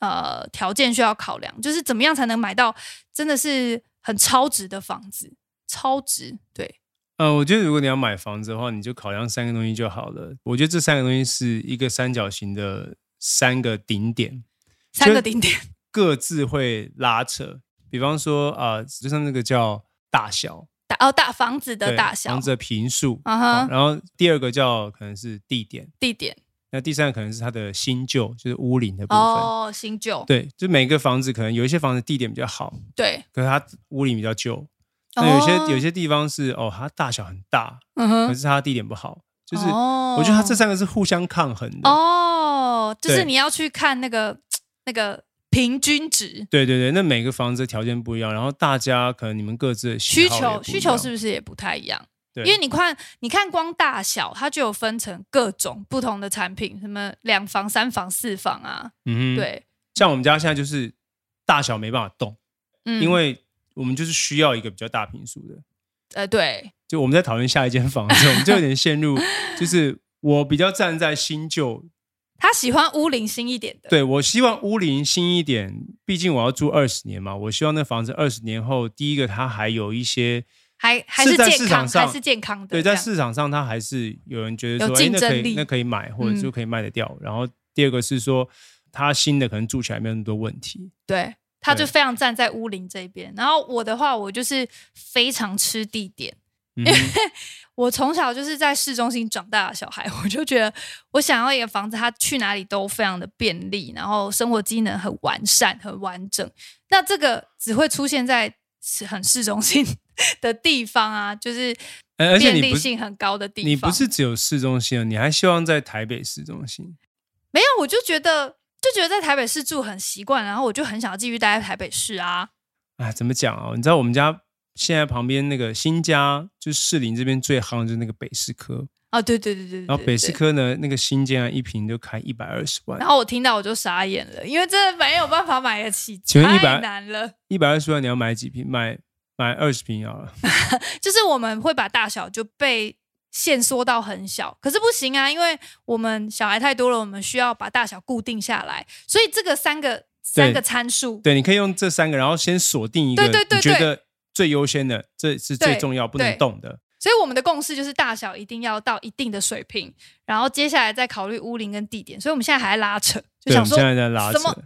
A: 呃条件需要考量？就是怎么样才能买到真的是很超值的房子？超值，对，
B: 呃，我觉得如果你要买房子的话，你就考量三个东西就好了。我觉得这三个东西是一个三角形的三个顶点，
A: 三个顶点。
B: 各自会拉扯。比方说，呃，就像那个叫大小
A: 大哦，大房子的
B: 对
A: 大小
B: 房，子的平数、
A: 啊哈
B: 好然后第二个叫可能是地点，
A: 地点
B: 那第三个可能是它的新旧，就是屋龄的部分。
A: 哦，新旧
B: 对，就每个房子可能有一些房子地点比较好，
A: 对，
B: 可是它屋龄比较旧。那有些、
A: 哦
B: 有些地方是哦，它大小很大，
A: 嗯哦
B: 可
A: 哼，
B: 是它地点不好，就是、
A: 我
B: 我觉得它这三个是互相抗衡的。
A: 哦，就是
B: 对
A: 你要去看那个那个平均值
B: 对对对，那每个房子的条件不一样，然后大家可能你们各自的喜
A: 需
B: 好
A: 求需求是不
B: 是？
A: 是也不太一样？
B: 对，
A: 因为你看，你看光大小，它就有分成各种不同的产品，什么两房、三房、四房啊，
B: 嗯哼，
A: 对，
B: 像我们家现在就是大小没办法动，
A: 嗯，
B: 因为我们就是需要一个比较大平数的。
A: 呃，对，
B: 就我们在讨论下一间房子，我们就有点 陷入，就是我比较站在新旧，
A: 他喜欢屋龄新一点的，
B: 对我希望屋龄新一点，毕竟我要住二十年嘛，我希望那房子二十年后，第一个它还有一些
A: 还还
B: 是
A: 是
B: 在
A: 健
B: 市场
A: 康，还
B: 上
A: 是健康的，
B: 对，在
A: 这样
B: 市场上它还是有人觉得
A: 有
B: 说，哎，
A: 竞
B: 那可
A: 争力
B: 以那可以买，或者
A: 嗯
B: 就可以卖得掉。然后第二个是说，它新的可能住起来没有那么多问题。
A: 对，他就
B: 对
A: 非常站在乌林这边。然后我的话，我就是非常吃地点。
B: 嗯哼，
A: 我从小就是在市中心长大的小孩，我就觉得我想要一个房子，它去哪里都非常的便利，然后生活机能很完善、很完整。那这个只会出现在市很市中心 的地方啊，就是
B: 呃而且
A: 便
B: 你
A: 利
B: 不是
A: 性很高的地方。
B: 你不是只有市中心哦，你还希望在台北市中心。
A: 没有，我就觉得就觉得在台北市住很习惯，然后我就很想要继续待在台北市啊。
B: 哎，怎么讲啊？你知道我们家现在旁边那个新家，就是士林这边最夯的就是那个北市科，
A: 啊，对对对对对。
B: 然后北
A: 对
B: 市科呢，那个新建案一平就开一百二十万
A: 然，后我听到我就傻眼了，因为真的没有办法买得起，
B: 请问
A: 太
B: 100
A: 难了。
B: 一百二十万你要买几平？买买二十平好了。
A: 就是我们会把大小就被限缩到很小，可是不行啊，因为我们小孩太多了，我们需要把大小固定下来，所以这个三个三个参数，
B: 对，你可以用这三个，然后先锁定一个
A: 对对对
B: 你觉
A: 对
B: 得最优先的，这是最
A: 对
B: 重要不能
A: 对
B: 动的。
A: 所以我们的共识就是大小一定要到一定的水平，然后接下来再考虑屋龄跟地点，所以我们现在还在拉扯，就
B: 对，我
A: 想
B: 们
A: 说
B: 现在在拉
A: 什么
B: 扯。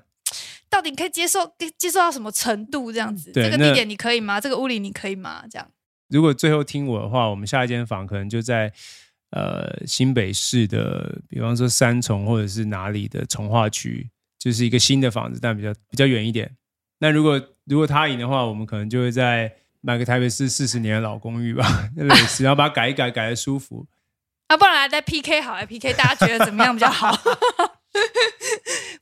A: 到底你可以接受可以接受到什么程度这样子，
B: 对
A: 这个
B: 那
A: 地点你可以吗？这个屋龄你可以吗？这样
B: 如果最后听我的话，我们下一间房可能就在呃新北市的，比方说三重或者是哪里的从化区，就是一个新的房子，但比较比较远一点。那如果如果他赢的话，我们可能就会在买个台北市四十年的老公寓吧， 类似，然后把它改一改，改的舒服。
A: 啊，不然来来 PK 好了，PK 大家觉得怎么样比较好？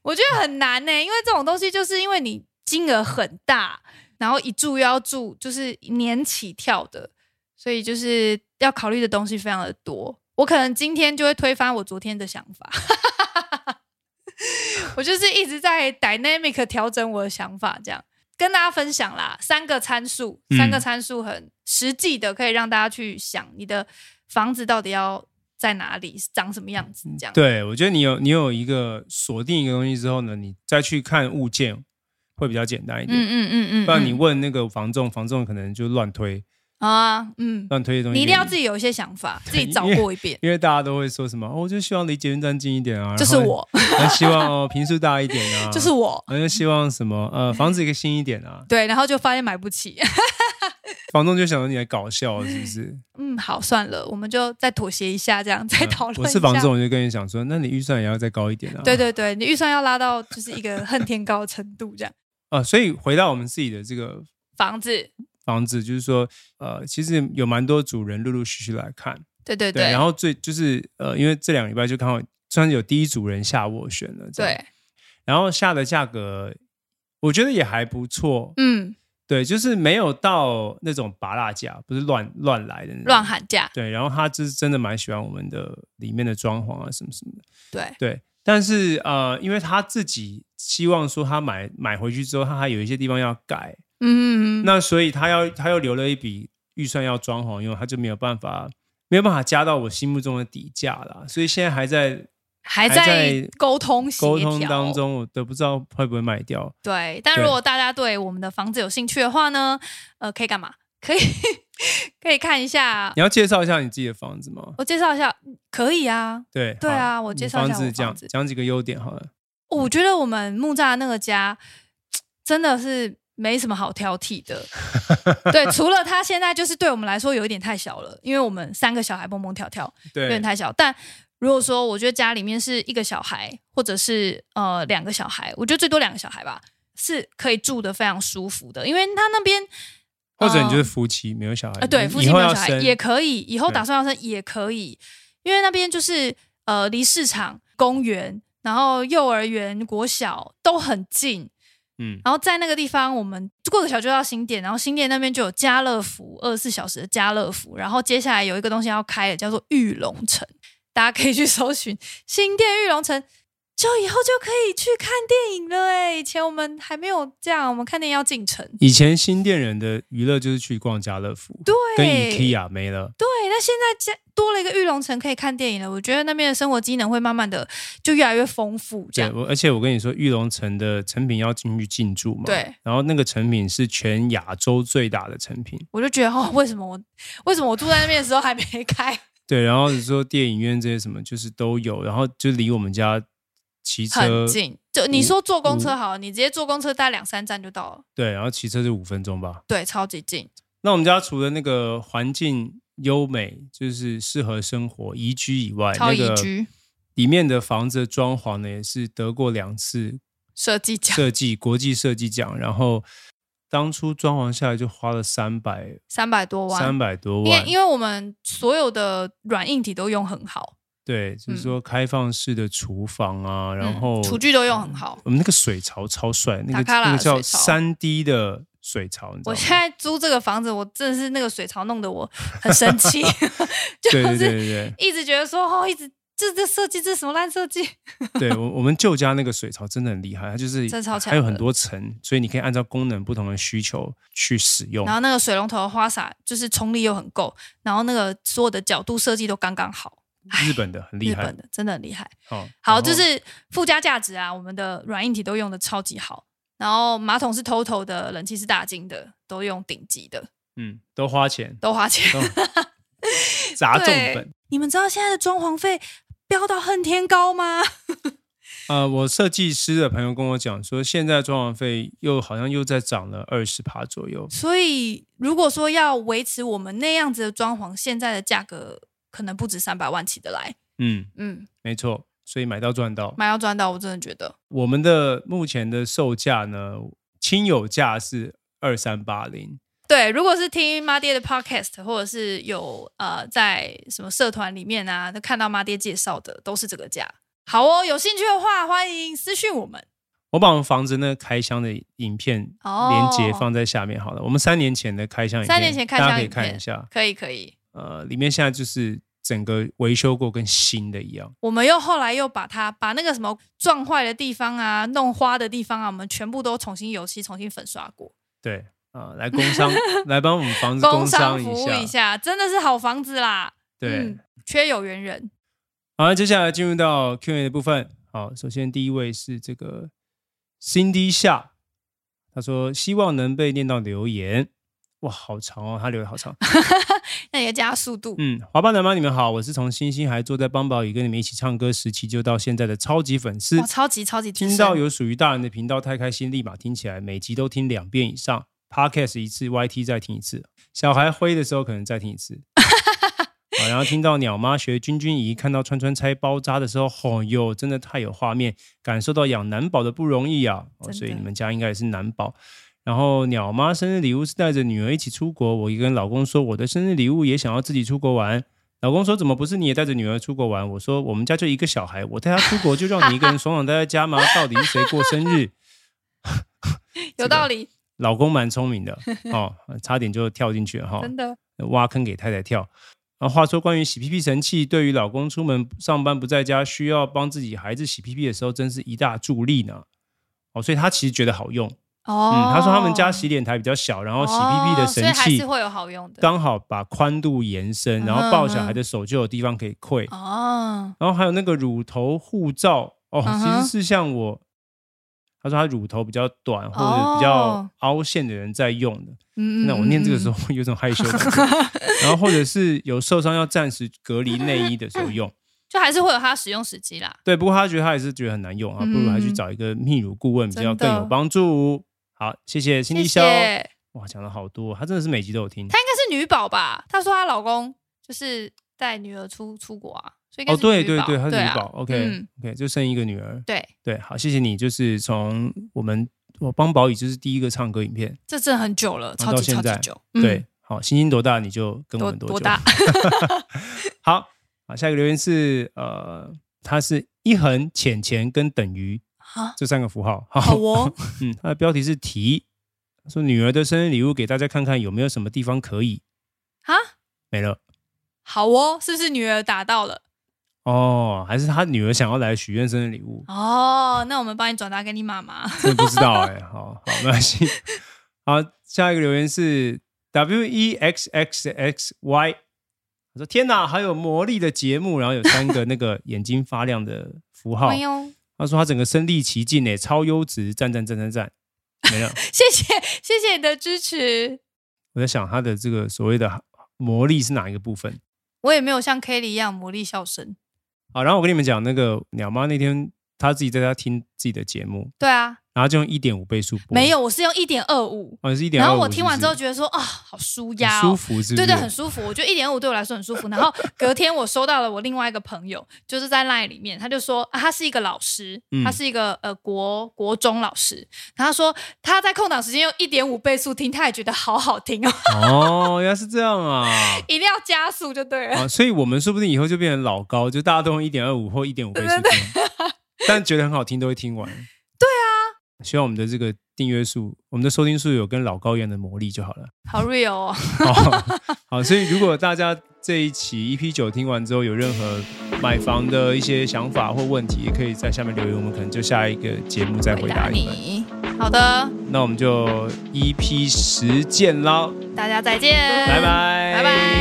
A: 我觉得很难呢、因为这种东西就是因为你金额很大，然后一住又要住就是年起跳的，所以就是要考虑的东西非常的多。我可能今天就会推翻我昨天的想法，我就是一直在 dynamic 调整我的想法，这样跟大家分享啦。三个参数，
B: 嗯
A: 三个参数很实际的，可以让大家去想你的房子到底要在哪里，长什么样子，这样。
B: 嗯对，我觉得你有你有一个锁定一个东西之后呢，你再去看物件会比较简单一点。
A: 嗯嗯嗯嗯，
B: 不然你
A: 嗯
B: 问那个房仲，房仲可能就乱推，
A: 啊，嗯，
B: 乱推的东西。
A: 你一定要自己有一些想法，自己 找过一遍。
B: 因为大家都会说什么，哦、我就希望离捷运站近一点啊，
A: 就是我，
B: 然后， 然后希望哦平数大一点 啊，
A: 就是，我，
B: 然后就希望什么呃房子一个新一点啊，
A: 对，然后就发现买不起。
B: 房东就想着你来搞笑是 不是？
A: 嗯，好，算了，我们就再妥协一下，这样再
B: 嗯
A: 讨论。
B: 我是房仲，，我就跟你讲说，那你预算也要再高一点啊。
A: 对对对，你预算要拉到就是一个恨天高的程度，这样
B: 啊、所以回到我们自己的这个
A: 房子，
B: 房子，就是说呃，其实有蛮多主人陆陆续续来看，
A: 对对
B: 对，然后最就是呃，因为这两个礼拜就刚好算是有第一组人下斡旋了，这样，
A: 对，
B: 然后下的价格我觉得也还不错，
A: 嗯，
B: 对，就是没有到那种拔蜡价，不是乱乱来的那种
A: 乱。喊价，
B: 对，然后他就是真的蛮喜欢我们的里面的装潢啊，什么什么的。
A: 对
B: 对，但是呃，因为他自己希望说他买买回去之后，他还有一些地方要改，
A: 嗯，
B: 那所以他要他又留了一笔预算要装潢用，他就没有办法没有办法加到我心目中的底价啦。所以现在还在
A: 还
B: 还
A: 在
B: 在
A: 沟通协
B: 沟通
A: 调啊
B: 当中，我都不知道会不会卖掉。
A: 对，但
B: 对
A: 如果大家对我们的房子有兴趣的话呢，呃，可以干嘛？可以 可以看一下，
B: 你要介绍一下你自己的房子吗？
A: 我介绍一下，可以啊。
B: 对
A: 对啊
B: 好
A: 我
B: 你
A: 介绍一下
B: 房
A: 我
B: 子
A: 房
B: 讲
A: 子
B: 讲几个优点好了。
A: 哦
B: 嗯
A: 我觉得我们木栅那个家真的是没什么好挑剔 的，对，除了它现在就是对我们来说有一点太小了，因为我们三个小孩蹦蹦跳跳，有
B: 对，
A: 点太小。但如果说我觉得家里面是一个小孩，或者是呃两个小孩，我觉得最多两个小孩吧，是可以住的非常舒服的，因为他那边
B: 或者你
A: 呃
B: 就是夫妻没有小孩，
A: 啊，对，
B: 你
A: 夫妻
B: 以
A: 没
B: 后
A: 有
B: 要
A: 小孩
B: 生
A: 也可以，以后
B: 对
A: 打算要生也可以，因为那边就是呃离市场、公园，然后幼儿园、国小都很近，
B: 嗯，
A: 然后在那个地方我们过个小就到新店，然后新店那边就有家乐福二十四小时的家乐福，然后接下来有一个东西要开的叫做玉龙城，大家可以去搜寻新店玉龙城。就以后就可以去看电影了哎、以前我们还没有这样，我们看电影要进城。
B: 以前新店人的娱乐就是去逛家乐福，
A: 对，
B: 跟 IKEA 没了。
A: 对，那现在加多了一个玉龙城可以看电影了，我觉得那边的生活机能会慢慢的就越来越丰富，这
B: 对，
A: 样
B: 我而且我跟你说，玉龙城的成品要进去进驻嘛，
A: 对，
B: 然后那个成品是全亚洲最大的成品，
A: 我就觉得哦，为 什么我为什么我住在那边的时候还没开？
B: 对，然后你说电影院这些什么就是都有，然后就离我们家骑车
A: 很，近，就你说坐公车
B: 五
A: 好了，你直接坐公车大概两三站就到了，
B: 对，然后骑车就五分钟吧。
A: 对，超级近。
B: 那我们家除了那个环境优美，就是适合生活宜居以外，
A: 超
B: 那
A: 宜
B: 个
A: 居
B: 里面的房子的装潢呢，也是得过两次
A: 设计奖
B: 设计国际设计奖，然后当初装潢下来就花了三百
A: 三百多万，
B: 三百多
A: 因为
B: 万，
A: 因为我们所有的软硬体都用很好，
B: 对，就是说开放式的厨房啊，然后
A: 嗯厨具都用很好。
B: 我们那个水槽超帅，那
A: 塔
B: 个
A: 卡拉
B: 那个叫
A: 水槽
B: 三 D 的水槽，你知道
A: 我
B: 吗？
A: 现在租这个房子，我真的是那个水槽弄得我很生 气， 就
B: 对
A: 是
B: 对对对
A: 一直觉得说哦，一直这这设计这什么烂设计，
B: 对，对我我们旧家那个水槽真的很厉害，它就是
A: 真的超强
B: 还有
A: 的
B: 很多层，所以你可以按照功能不同的需求去使用
A: 然。后那个水龙头的花洒就是冲力又很够，然后那个所有的角度设计都刚刚好，哎
B: 日本的很厉
A: 日
B: 害
A: 本，的真的很厉害。
B: 哦，
A: 好，
B: 然后
A: 就是附加价值啊，我们的软硬体都用的超级好，然后马桶是 TOTO 的，冷气是大金的，都用顶级的，
B: 嗯，都花钱，
A: 都花钱。
B: 都砸重
A: 对
B: 本。
A: 你们知道现在的装潢费飙到恨天高吗？
B: 呃，我设计师的朋友跟我讲说，现在装潢费又好像又在涨了二十趴左 右。
A: 所以如果说要维持我们那样子的装潢，现在的价格可能不止三百万起得来。
B: 嗯，
A: 嗯，
B: 没错，所以买到赚到。
A: 买要赚到，我真的觉得
B: 我们的目前的售价呢，亲友价是二三八零。
A: 对。如果是听妈爹的 podcast，或者是有呃在什么社团里面啊，都看到妈爹介绍的，都是这个价。好哦，有兴趣的话，欢迎私讯我们。
B: 我把我们房子那个开箱的影片
A: 哦
B: 连接放在下面好了。我们三年前的开箱影片，
A: 三年前开
B: 大家
A: 箱
B: 可以
A: 影
B: 看
A: 片
B: 一下。
A: 可以可以。
B: 呃，里面现在就是整个维修过跟新的一样。
A: 我们又后来又把它把那个什么撞坏的地方啊、弄花的地方啊，我们全部都重新油漆、重新粉刷过。
B: 对啊、来工 商来帮我们房子
A: 工
B: 商
A: 商服务一下，真的是好房子啦。
B: 对。
A: 嗯缺有缘人。
B: 好，接下来进入到 Q&A 的部分。好，首先第一位是这个 Cindy 夏，他说希望能被念到留言。哇，好长哦，他留的好长。
A: 那也加速度，
B: 嗯，华爸奶妈，你们好，我是从星星还坐在邦宝椅跟你们一起唱歌时期就到现在的超级粉丝
A: 哇，，超级超级资深
B: 听到有属于大人的频道太开心，立马听起来，每集都听两遍以上，Podcast 一次，YT 再听一次，小孩灰的时候可能再听一次。啊、然后听到鸟妈学君君姨，看到川川拆包扎的时候，吼、哟，真的太有画面，感受到养男宝的不容易啊！哦
A: 真的
B: 所以你们家应该也是男宝。然后鸟妈生日礼物是带着女儿一起出国，我也跟老公说我的生日礼物也想要自己出国玩。老公说怎么不是你也带着女儿出国玩？我说我们家就一个小孩，我带她出国就让你一个人爽爽待在家吗？到底是谁过生日？
A: 有道理，
B: 老公蛮聪明的哦，差点就跳进去了哈、
A: 真的
B: 挖坑给太太跳。啊，话说关于洗屁屁神器，对于老公出门上班不在家，需要帮自己孩子洗屁屁的时候，真是一大助力呢。哦，所以他其实觉得好用。
A: 哦
B: 嗯，他说他们家洗脸台比较小，然后洗屁屁的
A: 哦所以
B: 神
A: 还
B: 器、
A: 是会有好用的嗯
B: 刚好把宽度延伸，然后抱小孩的手就有地方可以跪。
A: 哦，
B: 然后还有那个乳头护罩哦，
A: 嗯
B: 其
A: 哼
B: 实是像我，他说他乳头比较短或者比较
A: 哦
B: 凹陷的人在用的。
A: 嗯
B: 那我念这个时
A: 候，
B: 候会有种害羞的感觉，然后或者是有受伤要暂时隔离内衣的时候用。
A: 就还是会有它使用时机啦。
B: 对，不过他觉得他也是觉得很难用啊，不如还去找一个泌乳顾问比较
A: 嗯真的
B: 更有帮助。好，谢谢辛迪
A: 谢
B: 肖
A: 谢，，她
B: 哇，讲了好多，他真的是每集都有听。
A: 应该是女宝吧？她说她老公就是带女儿出出国啊，所以应该
B: 哦，
A: 是
B: 对
A: 女
B: 对
A: 宝
B: 对，他是
A: 对
B: 女
A: 啊
B: 宝，OK
A: 嗯
B: OK，就生一个女儿。
A: 对，
B: 对，好，谢谢你，就是从我们我帮宝仪就是第一个唱歌影片，
A: 这真的很久了，
B: 然
A: 超
B: 哦后到
A: 级
B: 现
A: 超级
B: 在
A: 久，
B: 对
A: 嗯，，
B: 好，星星多大你就跟
A: 多
B: 我们久？
A: 多 大？
B: 好，啊，下一个留言是呃，它是一横、浅浅跟等于
A: 啊
B: 这三个符号。好
A: 好 哦，
B: 嗯，它的标题是提，说女儿的生日礼物给大家看看有没有什么地方可以
A: 啊，
B: 没了。
A: 好哦，是不是女儿打到了？
B: 哦，还是他女儿想要来许愿生日礼物？
A: 哦，那我们帮你转达给你妈妈。
B: 真的不知道哎、好好，没关系。好，下一个留言是 W E X X X Y，他说：“天哪，好有魔力的节目！”然后有三个那个眼睛发亮的符号。
A: 哎呦，
B: 他说他整个身临其境哎，超优质，赞赞赞赞赞。没了，
A: 谢谢谢谢你的支持。
B: 我在想他的这个所谓的魔力是哪一个部分？
A: 我也没有像 Kelly 一样魔力笑声。
B: 好，然后我跟你们讲，那个鸟妈那天她自己在家听自己的节目，
A: 对啊，
B: 然后就用一点五倍速拨，
A: 没有，我是用一点二五。
B: 哦，是一点。
A: 然后我听完之后觉得说，啊、好舒压、
B: 舒
A: 哦，
B: 服，是不是？
A: 对对，很舒服。我觉得一点五对我来说很舒服。然后隔天我收到了我另外一个朋友， 就是在 LINE 里面，他就说、啊、他是一个老师，
B: 嗯
A: 他是一个呃国国中老师，然后他说他在空档时间用一点五倍速听，他也觉得好好听哦，
B: 哦，原来是这样啊。
A: 一定要加速就对了。
B: 啊，所以我们说不定以后就变成老高，就大家都用一点二五或一点五倍速听，但觉得很好听都会听完。对啊，希望我们的这个订阅数，我们的收听数有跟老高一样的魔力就好了。
A: 好 real 哦，
B: 好，好，所以如果大家这一期 EP 九听完之后有任何买房的一些想法或问题，也可以在下面留言，我们可能就下一个节目再回答你们。
A: 你。好的，
B: 那我们就 EP 十见喽，
A: 大家再见，
B: 拜拜，
A: 拜拜。